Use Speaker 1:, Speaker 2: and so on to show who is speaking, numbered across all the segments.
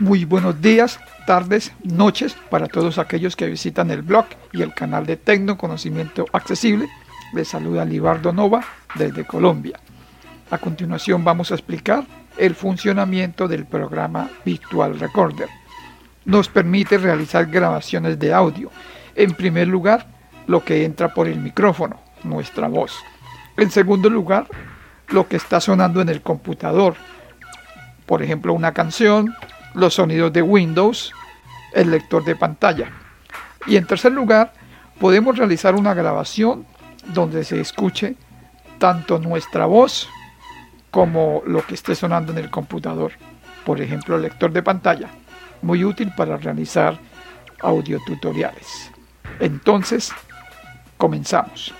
Speaker 1: Muy buenos días, tardes, noches para todos aquellos que visitan el blog y el canal de Tecno Conocimiento Accesible. Les saluda Libardo Nova desde Colombia. A continuación vamos a explicar el funcionamiento del programa Virtual Recorder. Nos permite realizar grabaciones de audio. En primer lugar, lo que entra por el micrófono, nuestra voz. En segundo lugar, lo que está sonando en el computador. Por ejemplo, una canción, los sonidos de Windows, el lector de pantalla. Y en tercer lugar, podemos realizar una grabación donde se escuche tanto nuestra voz como lo que esté sonando en el computador. Por ejemplo, el lector de pantalla. Muy útil para realizar audiotutoriales. Entonces, comenzamos.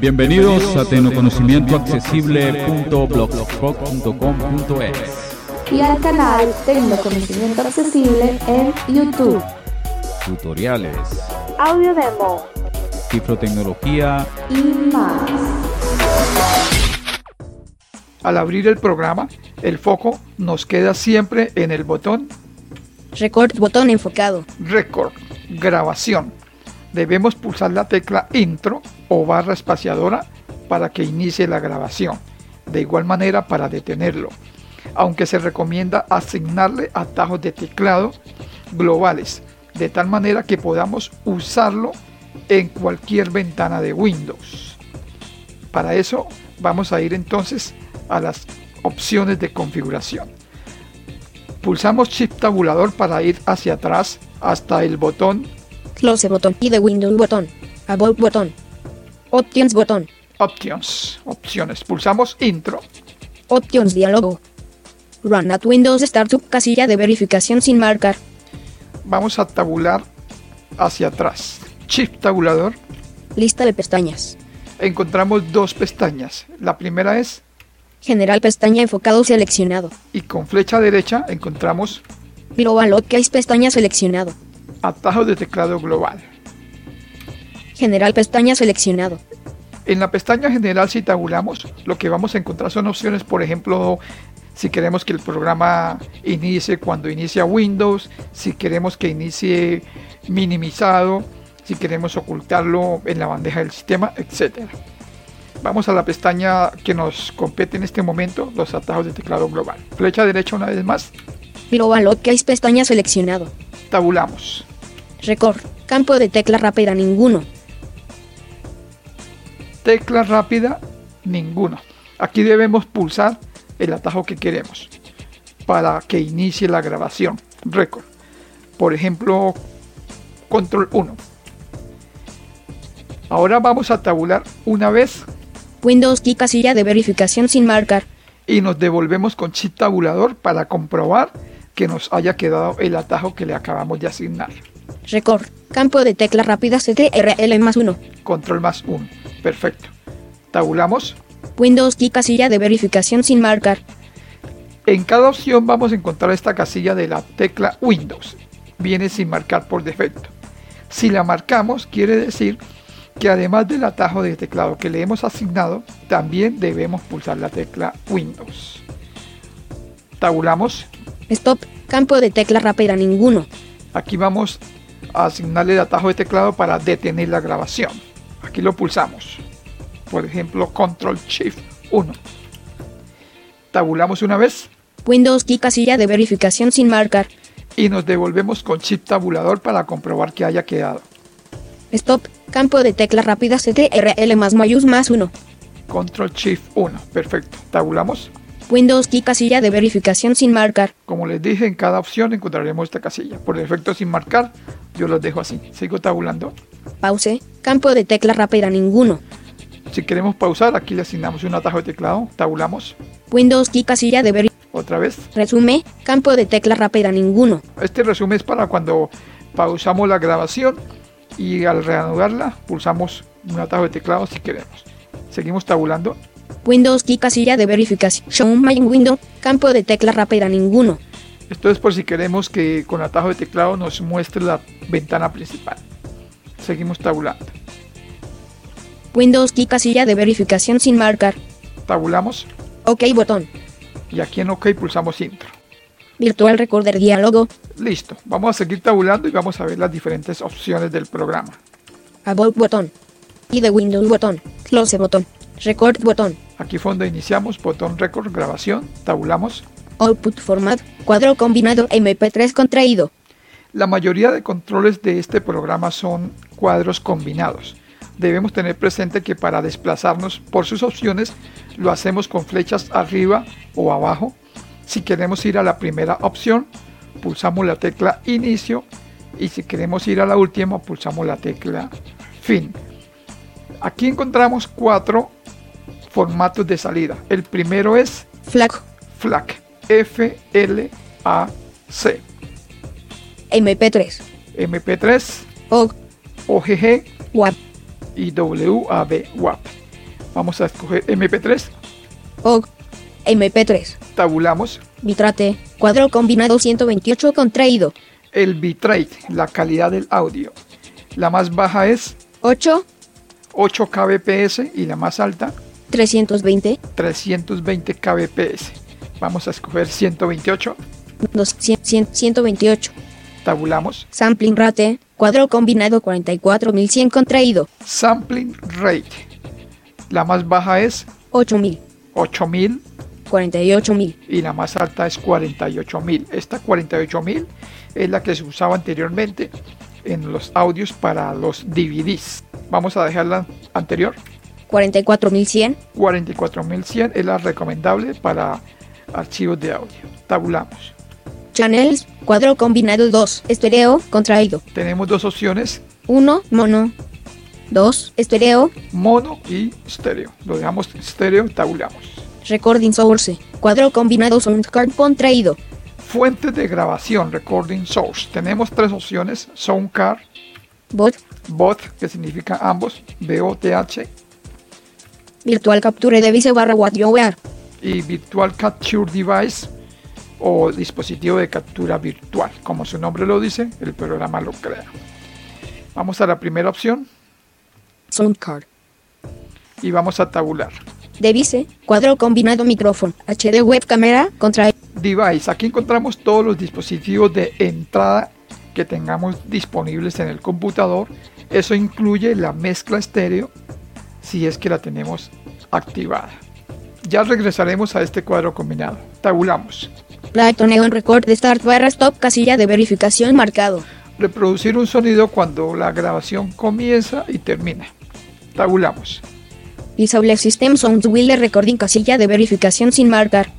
Speaker 2: Bienvenidos a tecnoconocimientoaccesible.blogspot.com.es
Speaker 3: y al canal Tecnoconocimiento Accesible en YouTube.
Speaker 2: Tutoriales,
Speaker 3: Audio Demo
Speaker 2: cifrotecnología,
Speaker 3: y más.
Speaker 1: Al abrir el programa, el foco nos queda siempre en el botón
Speaker 4: Record botón enfocado.
Speaker 1: Record, grabación. Debemos pulsar la tecla intro o barra espaciadora para que inicie la grabación. De igual manera para detenerlo. Aunque se recomienda asignarle atajos de teclado globales, de tal manera que podamos usarlo en cualquier ventana de Windows. Para eso vamos a ir entonces a las opciones de configuración. Pulsamos Shift tabulador para ir hacia atrás hasta el botón
Speaker 4: Close botón. Y de Windows botón. About botón. Options botón.
Speaker 1: Options, opciones. Pulsamos Intro,
Speaker 4: Options diálogo. Run at Windows Startup casilla de verificación sin marcar.
Speaker 1: vamos a tabular hacia atrás. Shift tabulador,
Speaker 4: Lista de pestañas.
Speaker 1: encontramos dos pestañas. La primera es
Speaker 4: General pestaña enfocado seleccionado.
Speaker 1: y con flecha derecha encontramos
Speaker 4: Global OKs pestaña seleccionado.
Speaker 1: atajos de teclado global.
Speaker 4: General pestaña seleccionado.
Speaker 1: En la pestaña general, si tabulamos, lo que vamos a encontrar son opciones, por ejemplo, si queremos que el programa inicie cuando inicia Windows, si queremos que inicie minimizado, si queremos ocultarlo en la bandeja del sistema, etc. Vamos a la pestaña que nos compete en este momento, los atajos de teclado global. Flecha derecha una vez más,
Speaker 4: Global OKs pestaña seleccionado.
Speaker 1: tabulamos.
Speaker 4: Record. Campo de tecla rápida ninguno.
Speaker 1: Tecla rápida, ninguna. Aquí debemos pulsar el atajo que queremos para que inicie la grabación. Récord. Por ejemplo, control 1. Ahora vamos a tabular una vez
Speaker 4: Windows key casilla de verificación sin marcar.
Speaker 1: y nos devolvemos con chip tabulador para comprobar que nos haya quedado el atajo que le acabamos de asignar.
Speaker 4: Record. Campo de tecla rápida CTRL más 1.
Speaker 1: Control más 1. Perfecto. Tabulamos
Speaker 4: Windows key casilla de verificación sin marcar.
Speaker 1: En cada opción vamos a encontrar esta casilla de la tecla Windows. Viene sin marcar por defecto. Si la marcamos, quiere decir que además del atajo de teclado que le hemos asignado, también debemos pulsar la tecla Windows. Tabulamos.
Speaker 4: Stop. Campo de tecla rápida ninguno.
Speaker 1: Aquí vamos a asignarle el atajo de teclado para detener la grabación. Aquí lo pulsamos. Por ejemplo, Control Shift 1. Tabulamos una vez.
Speaker 4: Windows key casilla de verificación sin marcar.
Speaker 1: y nos devolvemos con chip tabulador para comprobar que haya quedado.
Speaker 4: Stop. Campo de tecla rápida CTRL más mayús más 1.
Speaker 1: Control Shift 1. Perfecto. Tabulamos.
Speaker 4: Windows key casilla de verificación sin marcar.
Speaker 1: Como les dije, en cada opción encontraremos esta casilla. Por defecto sin marcar, yo los dejo así. Sigo tabulando.
Speaker 4: Pause. Campo de tecla rápida ninguno.
Speaker 1: Si queremos pausar, aquí le asignamos un atajo de teclado. Tabulamos.
Speaker 4: Windows key casilla de verificación.
Speaker 1: Otra vez.
Speaker 4: Resume. Campo de tecla rápida ninguno.
Speaker 1: Este resumen es para cuando pausamos la grabación y al reanudarla pulsamos un atajo de teclado si queremos. Seguimos tabulando.
Speaker 4: Windows key casilla de verificación. Show my window. Campo de tecla rápida ninguno.
Speaker 1: Esto es por si queremos que con atajo de teclado nos muestre la ventana principal. Seguimos tabulando.
Speaker 4: Windows key casilla de verificación sin marcar.
Speaker 1: Tabulamos.
Speaker 4: OK botón.
Speaker 1: Y aquí en OK pulsamos Intro.
Speaker 4: Virtual Recorder diálogo.
Speaker 1: Listo, vamos a seguir tabulando y vamos a ver las diferentes opciones del programa.
Speaker 4: About botón. Y de Windows botón. Close botón. Record botón.
Speaker 1: Aquí fondo iniciamos, botón record, grabación, tabulamos.
Speaker 4: Output format. Cuadro combinado MP3 contraído.
Speaker 1: La mayoría de controles de este programa son cuadros combinados. Debemos tener presente que para desplazarnos por sus opciones lo hacemos con flechas arriba o abajo. Si queremos ir a la primera opción, pulsamos la tecla inicio y si queremos ir a la última, pulsamos la tecla fin. Aquí encontramos cuatro formatos de salida. El primero es
Speaker 4: Flag.
Speaker 1: FLAC, F-L-A-C,
Speaker 4: MP3.
Speaker 1: MP3,
Speaker 4: OG.
Speaker 1: OGG
Speaker 4: WAP.
Speaker 1: y WAV WAP. Vamos a escoger MP3,
Speaker 4: OG. MP3.
Speaker 1: tabulamos
Speaker 4: Bitrate. Cuadro combinado 128 contraído.
Speaker 1: el bitrate, la calidad del audio. La más baja es
Speaker 4: 8.
Speaker 1: 8 kbps y la más alta
Speaker 4: 320.
Speaker 1: 320 kbps. Vamos a escoger 128,
Speaker 4: 200, 100, 128.
Speaker 1: tabulamos
Speaker 4: Sampling rate. Cuadro combinado 44100 contraído.
Speaker 1: sampling rate. La más baja es
Speaker 4: 8000.
Speaker 1: 8000
Speaker 4: 48000.
Speaker 1: y la más alta es 48000. Esta 48000 es la que se usaba anteriormente en los audios para los DVDs. Vamos a dejar la anterior.
Speaker 4: 44100.
Speaker 1: 44100 es la recomendable para archivos de audio. Tabulamos.
Speaker 4: Channels. Cuadro combinado 2. Estereo contraído.
Speaker 1: Tenemos dos opciones,
Speaker 4: 1. Mono. 2. Estereo.
Speaker 1: mono y estéreo. Lo dejamos estéreo y tabulamos.
Speaker 4: Recording source. Cuadro combinado soundcard contraído.
Speaker 1: Fuentes de grabación, recording source. Tenemos tres opciones, soundcard,
Speaker 4: Bot.
Speaker 1: bot, que significa ambos, BOTH,
Speaker 4: Virtual capture device barra what you are.
Speaker 1: y Virtual Capture Device o dispositivo de captura virtual. Como su nombre lo dice, el programa lo crea. Vamos a la primera opción
Speaker 4: Soundcard.
Speaker 1: y vamos a tabular.
Speaker 4: Device. Cuadro combinado micrófono. HD web cámara contraído.
Speaker 1: Device, aquí encontramos todos los dispositivos de entrada que tengamos disponibles en el computador. Eso incluye la mezcla estéreo si es que la tenemos activada. Ya regresaremos a este cuadro combinado. Tabulamos.
Speaker 4: Lighton Neon Record Start barra Stop casilla de verificación marcado.
Speaker 1: reproducir un sonido cuando la grabación comienza y termina. Tabulamos.
Speaker 4: Disable System Sounds Will de Recording casilla de verificación sin marcar.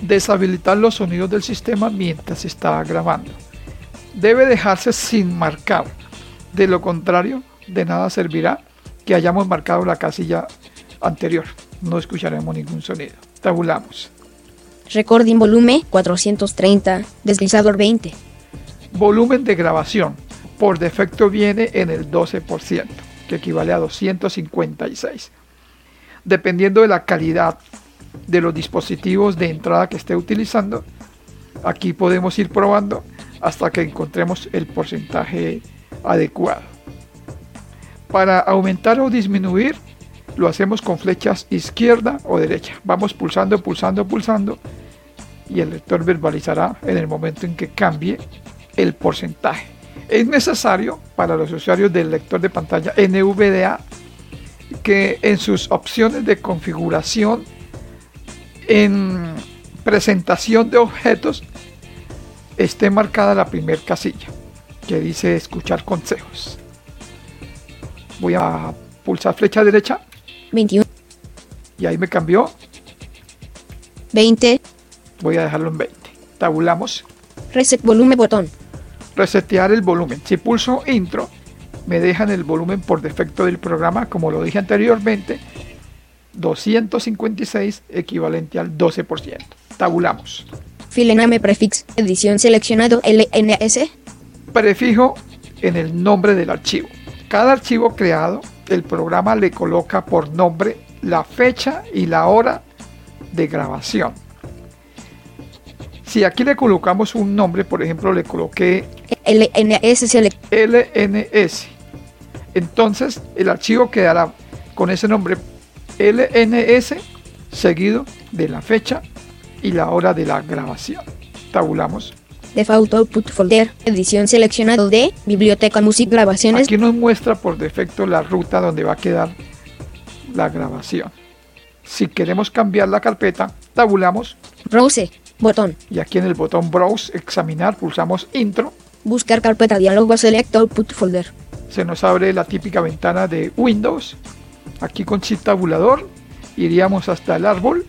Speaker 1: Deshabilitar los sonidos del sistema mientras está grabando. Debe dejarse sin marcar. De lo contrario, de nada servirá que hayamos marcado la casilla anterior. No escucharemos ningún sonido. Tabulamos.
Speaker 4: Recording volumen 430. Deslizador 20.
Speaker 1: Volumen de grabación. Por defecto viene en el 12%, que equivale a 256. Dependiendo de la calidad de los dispositivos de entrada que esté utilizando, aquí podemos ir probando hasta que encontremos el porcentaje adecuado. Para aumentar o disminuir, lo hacemos con flechas izquierda o derecha. Vamos pulsando, pulsando, pulsando y el lector verbalizará en el momento en que cambie el porcentaje. Es necesario para los usuarios del lector de pantalla NVDA que en sus opciones de configuración en presentación de objetos esté marcada la primera casilla que dice escuchar consejos. Voy a pulsar flecha derecha
Speaker 4: 21.
Speaker 1: y ahí me cambió.
Speaker 4: 20.
Speaker 1: Voy a dejarlo en 20. Tabulamos.
Speaker 4: Reset volumen botón.
Speaker 1: resetear el volumen. Si pulso intro, me dejan el volumen por defecto del programa, como lo dije anteriormente, 256 equivalente al 12%. Tabulamos.
Speaker 4: Filename prefix. Edición seleccionado LNS.
Speaker 1: Prefijo en el nombre del archivo. Cada archivo creado, el programa le coloca por nombre la fecha y la hora de grabación. Si aquí le colocamos un nombre, por ejemplo, le coloqué
Speaker 4: LNS select.
Speaker 1: LNS. Entonces el archivo quedará con ese nombre LNS seguido de la fecha y la hora de la grabación. Tabulamos.
Speaker 4: Default Output Folder, edición seleccionado de Biblioteca Music Grabaciones.
Speaker 1: Aquí nos muestra por defecto la ruta donde va a quedar la grabación. Si queremos cambiar la carpeta, tabulamos
Speaker 4: Browse, botón.
Speaker 1: y aquí en el botón Browse, examinar, pulsamos Intro.
Speaker 4: Buscar carpeta diálogo Select Output Folder.
Speaker 1: Se nos abre la típica ventana de Windows. Aquí con Shift tabulador iríamos hasta el árbol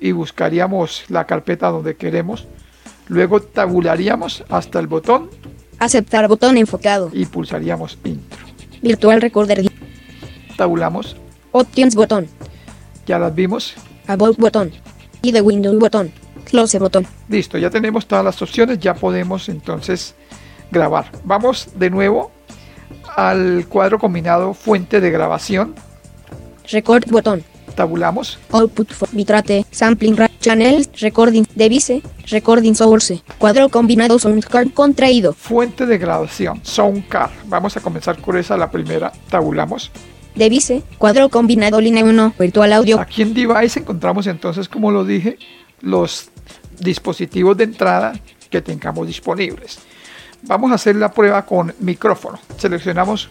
Speaker 1: y buscaríamos la carpeta donde queremos. Luego tabularíamos hasta el botón
Speaker 4: Aceptar botón enfocado.
Speaker 1: y pulsaríamos Intro.
Speaker 4: Virtual Recorder.
Speaker 1: Tabulamos,
Speaker 4: Options botón.
Speaker 1: ya las vimos,
Speaker 4: About botón. Y de Windows botón. Close botón.
Speaker 1: Listo, ya tenemos todas las opciones, ya podemos entonces grabar. Vamos de nuevo al cuadro combinado fuente de grabación.
Speaker 4: Record botón.
Speaker 1: Tabulamos,
Speaker 4: Output for bitrate, sampling rate, channels, recording, device, recording source, cuadro combinado soundcard contraído,
Speaker 1: fuente de grabación, soundcard. Vamos a comenzar con esa, la primera. Tabulamos.
Speaker 4: device, cuadro combinado línea 1, virtual audio,
Speaker 1: Aquí en device encontramos entonces, como lo dije, los dispositivos de entrada que tengamos disponibles. Vamos a hacer la prueba con micrófono. Seleccionamos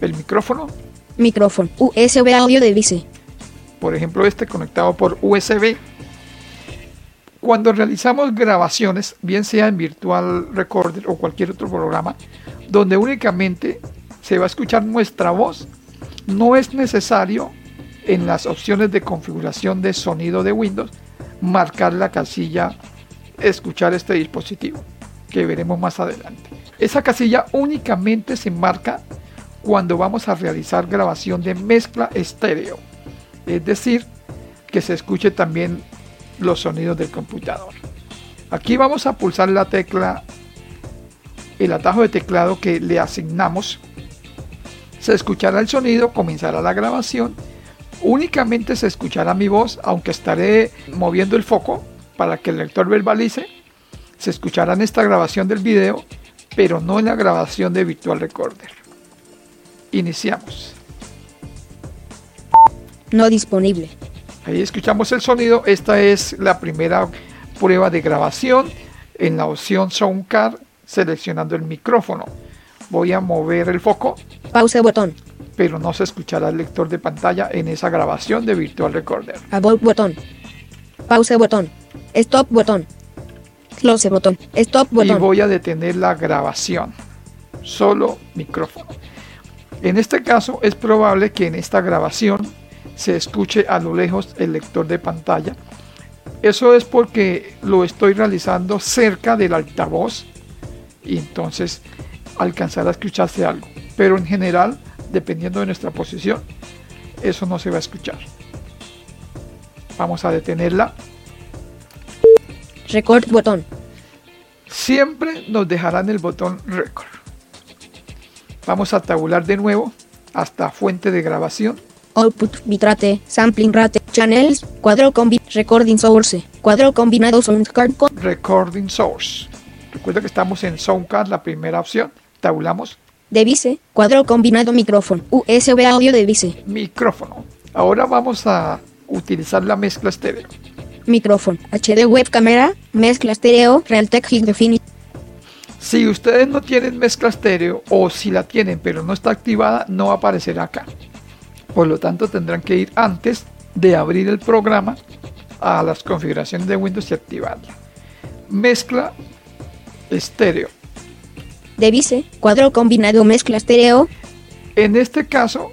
Speaker 1: el micrófono,
Speaker 4: micrófono, USB audio device,
Speaker 1: por ejemplo este conectado por USB. Cuando realizamos grabaciones, bien sea en Virtual Recorder o cualquier otro programa, donde únicamente se va a escuchar nuestra voz, no es necesario en las opciones de configuración de sonido de Windows marcar la casilla escuchar este dispositivo, que veremos más adelante. Esa casilla únicamente se marca cuando vamos a realizar grabación de mezcla estéreo es decir, que se escuche también los sonidos del computador. Aquí vamos a pulsar la tecla, el atajo de teclado que le asignamos. Se escuchará el sonido, comenzará la grabación. Únicamente se escuchará mi voz, aunque estaré moviendo el foco para que el lector verbalice. Se escuchará en esta grabación del video, pero no en la grabación de Virtual Recorder. Iniciamos.
Speaker 4: no disponible,
Speaker 1: Ahí escuchamos el sonido. Esta es la primera prueba de grabación en la opción Soundcard seleccionando el micrófono. Voy a mover el foco,
Speaker 4: pause botón,
Speaker 1: pero no se escuchará el lector de pantalla en esa grabación de Virtual Recorder.
Speaker 4: about botón, pause botón, stop botón, close botón, stop
Speaker 1: Y
Speaker 4: botón,
Speaker 1: voy a detener la grabación. Solo micrófono. En este caso es probable que en esta grabación se escuche a lo lejos el lector de pantalla. Eso es porque lo estoy realizando cerca del altavoz y entonces alcanzará a escucharse algo. Pero en general, dependiendo de nuestra posición, eso no se va a escuchar. Vamos a detenerla.
Speaker 4: record botón,
Speaker 1: siempre nos dejarán el botón Record. Vamos a tabular de nuevo hasta fuente de grabación.
Speaker 4: output bitrate, sampling rate, channels, cuadro combi, recording source, cuadro combinado soundcard con
Speaker 1: Recording Source. Recuerda que estamos en Soundcard, la primera opción. Tabulamos
Speaker 4: Device, cuadro combinado micrófono, USB audio device,
Speaker 1: micrófono. Ahora vamos a utilizar la mezcla estéreo.
Speaker 4: micrófono, HD web cámara, mezcla estéreo, Realtek High Definition,
Speaker 1: Si ustedes no tienen mezcla estéreo o si la tienen pero no está activada, no aparecerá acá. Por lo tanto, tendrán que ir antes de abrir el programa a las configuraciones de Windows y activarla. Mezcla estéreo.
Speaker 4: Device, cuadro combinado mezcla estéreo,
Speaker 1: En este caso,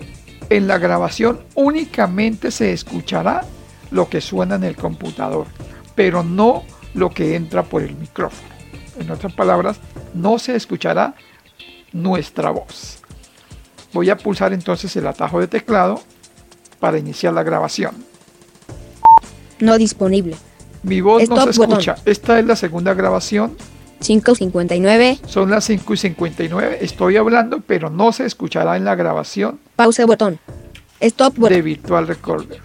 Speaker 1: en la grabación únicamente se escuchará lo que suena en el computador, pero no lo que entra por el micrófono. En otras palabras, no se escuchará nuestra voz. Voy a pulsar entonces el atajo de teclado para iniciar la grabación.
Speaker 4: no disponible.
Speaker 1: Mi voz no se
Speaker 4: Stop button.
Speaker 1: escucha. Esta es la segunda grabación.
Speaker 4: 559,
Speaker 1: Son las 5 y 59. Estoy hablando, pero no se escuchará en la grabación
Speaker 4: pause botón, stop
Speaker 1: de
Speaker 4: botón,
Speaker 1: Virtual Recorder.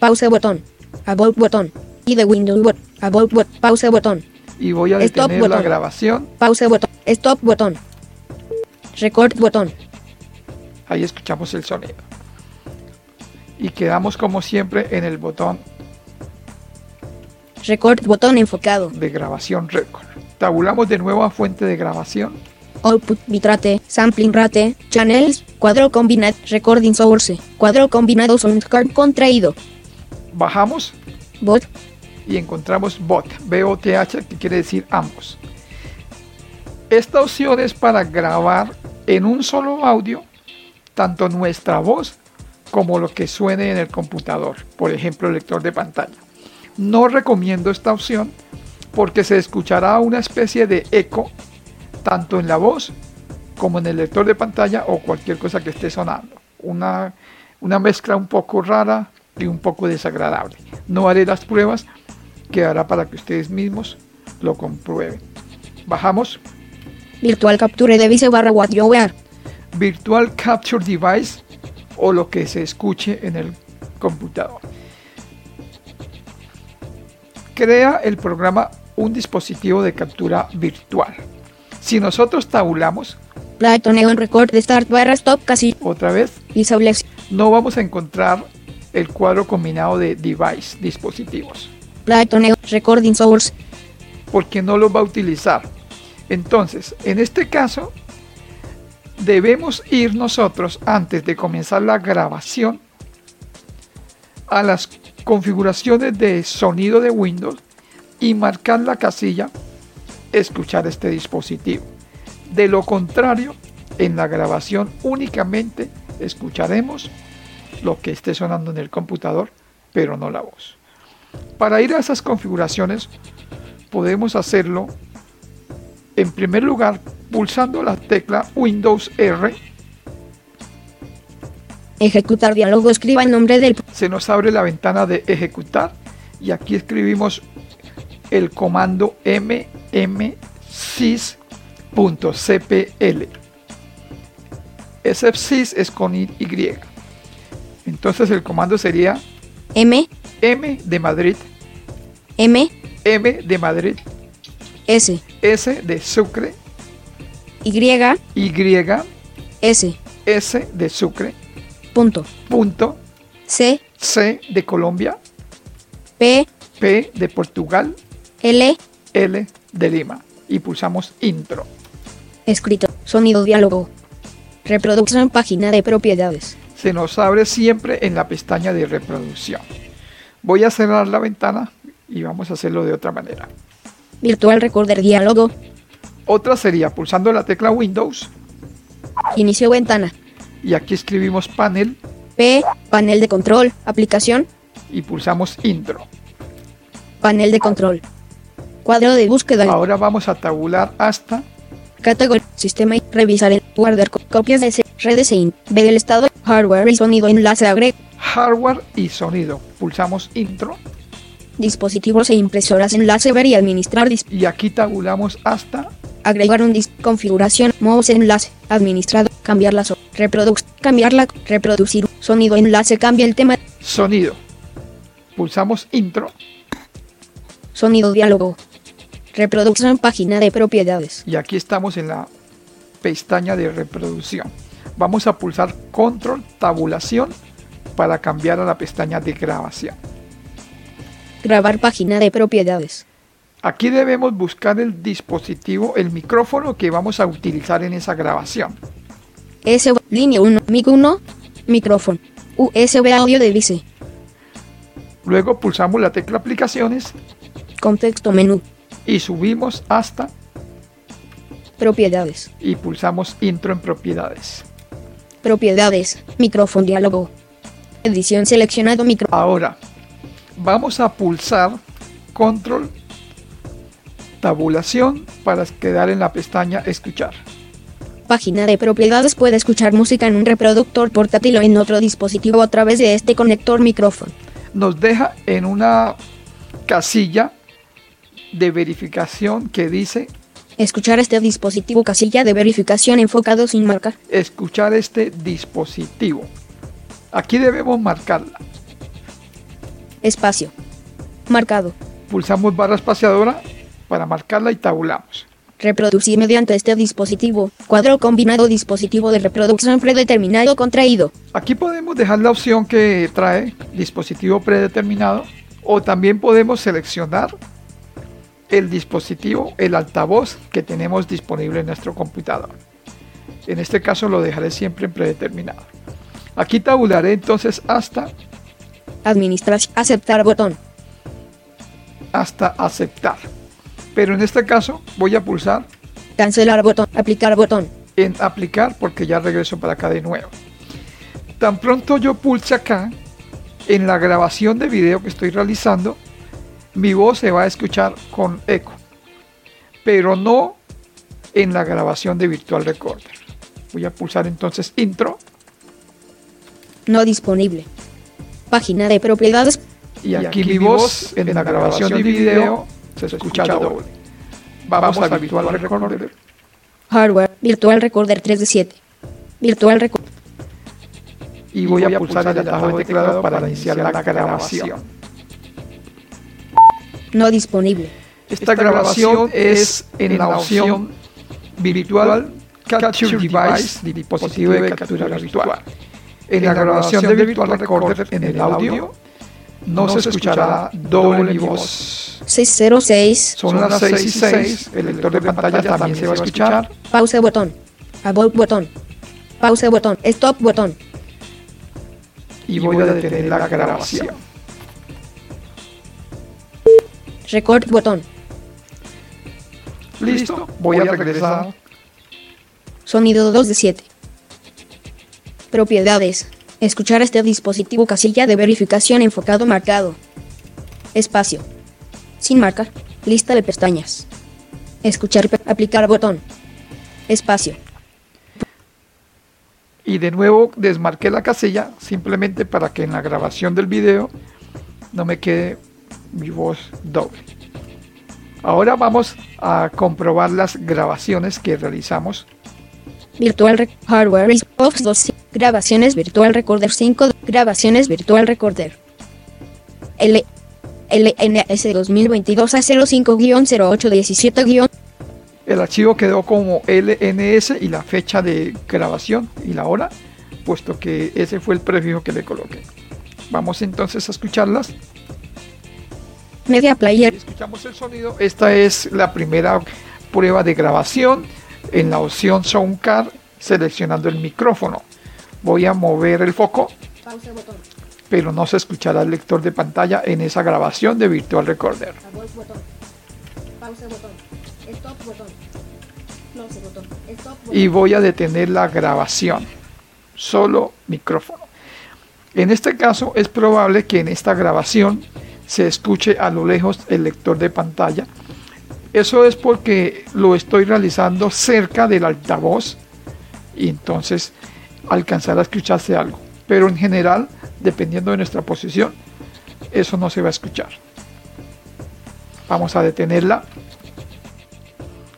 Speaker 4: pause botón, about botón, y de Windows bot, about bot, pause botón,
Speaker 1: y voy a
Speaker 4: Stop
Speaker 1: detener la
Speaker 4: button.
Speaker 1: grabación.
Speaker 4: pause botón, stop botón, record botón,
Speaker 1: Ahí escuchamos el sonido. Y quedamos como siempre en el botón
Speaker 4: Record botón enfocado.
Speaker 1: de grabación récord. Tabulamos de nuevo a fuente de grabación.
Speaker 4: Output bitrate, sampling rate, channels, cuadro combinado, recording source, cuadro combinado sound card contraído.
Speaker 1: Bajamos
Speaker 4: Bot,
Speaker 1: y encontramos bot, BOTH, que quiere decir ambos. Esta opción es para grabar en un solo audio tanto nuestra voz como lo que suene en el computador, por ejemplo, el lector de pantalla. No recomiendo esta opción porque se escuchará una especie de eco tanto en la voz como en el lector de pantalla o cualquier cosa que esté sonando. Una, una mezcla un poco rara y un poco desagradable. No haré las pruebas, quedará para que ustedes mismos lo comprueben. Bajamos
Speaker 4: virtual capture device barra what you are.
Speaker 1: Virtual Capture Device o lo que se escuche en el computador. Crea el programa un dispositivo de captura virtual. Si nosotros tabulamos
Speaker 4: Plato neon record start barra stop casi.
Speaker 1: otra vez,
Speaker 4: Visible
Speaker 1: no vamos a encontrar el cuadro combinado de device, dispositivos,
Speaker 4: Plato neon recording source.
Speaker 1: porque no los va a utilizar. Entonces, en este caso, debemos ir nosotros antes de comenzar la grabación a las configuraciones de sonido de Windows y marcar la casilla escuchar este dispositivo. De lo contrario, en la grabación únicamente escucharemos lo que esté sonando en el computador, pero no la voz. Para ir a esas configuraciones podemos hacerlo en primer lugar pulsando la tecla Windows R
Speaker 4: Ejecutar diálogo escriba el nombre del
Speaker 1: se nos abre la ventana de ejecutar y aquí escribimos el comando mmsys.cpl. Ese sys es con Y. Entonces el comando sería
Speaker 4: M,
Speaker 1: M de Madrid,
Speaker 4: M,
Speaker 1: M de Madrid,
Speaker 4: S,
Speaker 1: S de Sucre,
Speaker 4: Y,
Speaker 1: Y,
Speaker 4: S,
Speaker 1: S de Sucre,
Speaker 4: punto,
Speaker 1: punto,
Speaker 4: C,
Speaker 1: C de Colombia,
Speaker 4: P,
Speaker 1: P de Portugal,
Speaker 4: L,
Speaker 1: L de Lima. Y pulsamos intro.
Speaker 4: escrito, sonido diálogo. Reproducción página de propiedades.
Speaker 1: se nos abre siempre en la pestaña de reproducción. Voy a cerrar la ventana y vamos a hacerlo de otra manera.
Speaker 4: Virtual recorder diálogo.
Speaker 1: Otra sería pulsando la tecla Windows
Speaker 4: Inicio ventana.
Speaker 1: y aquí escribimos panel
Speaker 4: P, panel de control, aplicación,
Speaker 1: y pulsamos intro.
Speaker 4: panel de control. Cuadro de búsqueda,
Speaker 1: Ahora vamos a tabular hasta
Speaker 4: categoría, sistema y revisar el guardar co- copias de C, redes e in, ver el estado, hardware y sonido, enlace agregar,
Speaker 1: hardware y sonido. Pulsamos intro
Speaker 4: dispositivos e impresoras, enlace ver y administrar dis-
Speaker 1: y aquí tabulamos hasta
Speaker 4: agregar un disco, configuración, mouse enlace, administrado, cambiar la so, reproduc, cambiarla, reproducir, sonido enlace, cambia el tema,
Speaker 1: sonido. Pulsamos intro
Speaker 4: sonido diálogo, reproducción página de propiedades,
Speaker 1: y aquí estamos en la pestaña de reproducción. Vamos a pulsar control tabulación para cambiar a la pestaña de grabación.
Speaker 4: grabar página de propiedades,
Speaker 1: Aquí debemos buscar el dispositivo, el micrófono que vamos a utilizar en esa grabación.
Speaker 4: USB, línea 1, mic 1, micrófono, USB audio device,
Speaker 1: Luego pulsamos la tecla aplicaciones
Speaker 4: contexto menú,
Speaker 1: y subimos hasta
Speaker 4: propiedades,
Speaker 1: y pulsamos intro en propiedades.
Speaker 4: propiedades, micrófono diálogo, edición seleccionado micro,
Speaker 1: Ahora vamos a pulsar control tabulación para quedar en la pestaña escuchar.
Speaker 4: página de propiedades puede escuchar música en un reproductor portátil o en otro dispositivo a través de este conector micrófono.
Speaker 1: nos deja en una casilla de verificación que dice
Speaker 4: Escuchar este dispositivo casilla de verificación enfocado sin marca.
Speaker 1: escuchar este dispositivo. Aquí debemos marcarla.
Speaker 4: Espacio. Marcado.
Speaker 1: Pulsamos barra espaciadora para marcarla y tabulamos.
Speaker 4: Reproducir mediante este dispositivo. Cuadro combinado dispositivo de reproducción predeterminado contraído.
Speaker 1: Aquí podemos dejar la opción que trae dispositivo predeterminado o también podemos seleccionar el dispositivo, el altavoz que tenemos disponible en nuestro computador. En este caso lo dejaré siempre en predeterminado. Aquí tabularé entonces hasta,
Speaker 4: Administración. Aceptar botón.
Speaker 1: hasta aceptar. Pero en este caso voy a pulsar
Speaker 4: Cancelar botón. Aplicar botón.
Speaker 1: en aplicar porque ya regreso para acá de nuevo. Tan pronto yo pulse acá, en la grabación de video que estoy realizando, mi voz se va a escuchar con eco, pero no en la grabación de Virtual Recorder. Voy a pulsar entonces intro
Speaker 4: No disponible. Página de propiedades.
Speaker 1: y aquí, mi voz en la grabación de video se escucha doble. Vamos, a, Virtual, Recorder.
Speaker 4: Hardware. Virtual Recorder 3 de 7. Virtual Recorder.
Speaker 1: y voy a pulsar el atajo de teclado para iniciar la grabación.
Speaker 4: No disponible.
Speaker 1: Esta grabación es en la opción virtual Capture Device, dispositivo de captura virtual. En la grabación de Virtual Recorder en el audio no se escuchará doble mi voz.
Speaker 4: 606.
Speaker 1: Son las 6 y 6, el lector de pantalla también se va a escuchar.
Speaker 4: Pause botón. About botón. Pause botón. Stop botón.
Speaker 1: y voy a detener la grabación.
Speaker 4: Record botón.
Speaker 1: Listo, voy a regresar
Speaker 4: Sonido 2 de 7. Propiedades. Escuchar este dispositivo casilla de verificación enfocado marcado. Espacio. Sin marcar. Lista de pestañas. Escuchar. pe- Aplicar botón. Espacio.
Speaker 1: y de nuevo desmarqué la casilla simplemente para que en la grabación del video no me quede mi voz doble. Ahora vamos a comprobar las grabaciones que realizamos.
Speaker 4: Virtual Rec- Hardware is off 2. Grabaciones Virtual Recorder 5. Grabaciones Virtual Recorder. L LNS 2022 a 05-0817-
Speaker 1: El archivo quedó como LNS y la fecha de grabación y la hora, puesto que ese fue el prefijo que le coloqué. Vamos entonces a escucharlas.
Speaker 4: Media Player.
Speaker 1: Escuchamos el sonido. Esta es la primera prueba de grabación en la opción Soundcard seleccionando el micrófono. Voy a mover el foco, pero no se escuchará el lector de pantalla en esa grabación de Virtual Recorder. Y voy a detener la grabación. Solo micrófono. En este caso es probable que en esta grabación se escuche a lo lejos el lector de pantalla. Eso es porque lo estoy realizando cerca del altavoz y entonces alcanzará a escucharse algo. Pero en general, dependiendo de nuestra posición, eso no se va a escuchar. Vamos a detenerla.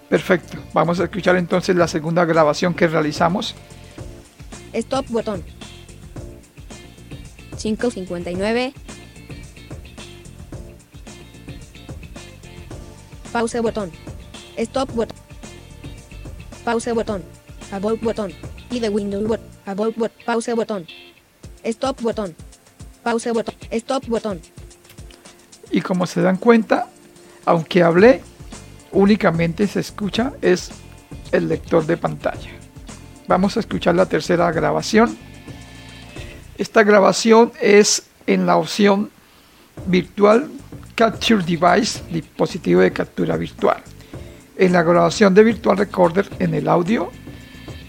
Speaker 1: Perfecto. Vamos a escuchar entonces la segunda grabación que realizamos.
Speaker 4: Stop botón. 559. Pause botón. Stop botón. Pause botón. About botón. Y de Windows bot. About bot. Pause botón. Stop botón. Pause botón. Stop botón.
Speaker 1: Y como se dan cuenta, aunque hablé, únicamente se escucha es el lector de pantalla. Vamos a escuchar la tercera grabación. Esta grabación es en la opción virtual Capture Device, dispositivo de captura virtual. En la grabación de Virtual Recorder en el audio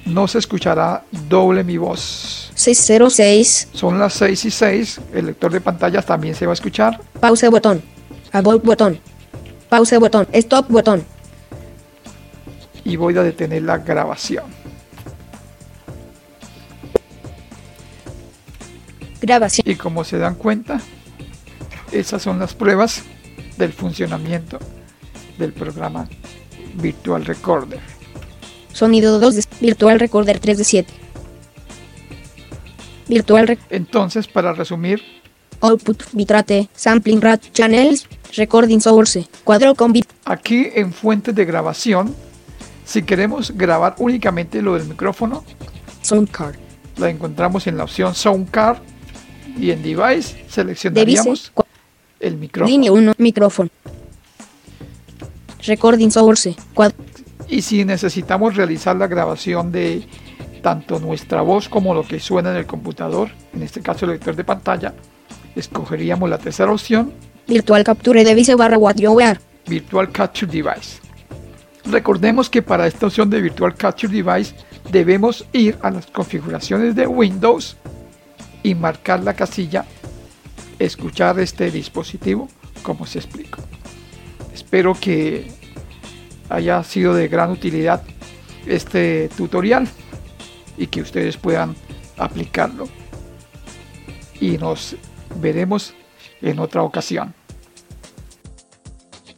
Speaker 1: no se escuchará doble mi voz.
Speaker 4: 606.
Speaker 1: Son las 6 y 6, el lector de pantalla también se va a escuchar.
Speaker 4: Pause botón. About botón. Pause botón. Stop botón.
Speaker 1: y voy a detener la grabación.
Speaker 4: Grabación.
Speaker 1: Y como se dan cuenta, esas son las pruebas del funcionamiento del programa Virtual Recorder.
Speaker 4: Sonido 2 de Virtual Recorder 3 de 7. Virtual Rec-
Speaker 1: Entonces, para resumir,
Speaker 4: Output Bitrate Sampling Rate Channels Recording Source Cuadro con bit
Speaker 1: aquí en fuentes de grabación, si queremos grabar únicamente lo del micrófono,
Speaker 4: Sound Card
Speaker 1: la encontramos en la opción Sound Card y en Device
Speaker 4: Device
Speaker 1: seleccionaríamos
Speaker 4: cua-
Speaker 1: el micrófono.
Speaker 4: Línea 1, micrófono. Recording source, cuadro.
Speaker 1: Y si necesitamos realizar la grabación de tanto nuestra voz como lo que suena en el computador, en este caso el lector de pantalla, escogeríamos la tercera opción,
Speaker 4: Virtual capture device barra what you are.
Speaker 1: Virtual Capture Device. Recordemos que para esta opción de Virtual Capture Device debemos ir a las configuraciones de Windows y marcar la casilla escuchar este dispositivo como se explico. Espero que haya sido de gran utilidad este tutorial y que ustedes puedan aplicarlo. Y nos veremos en otra ocasión.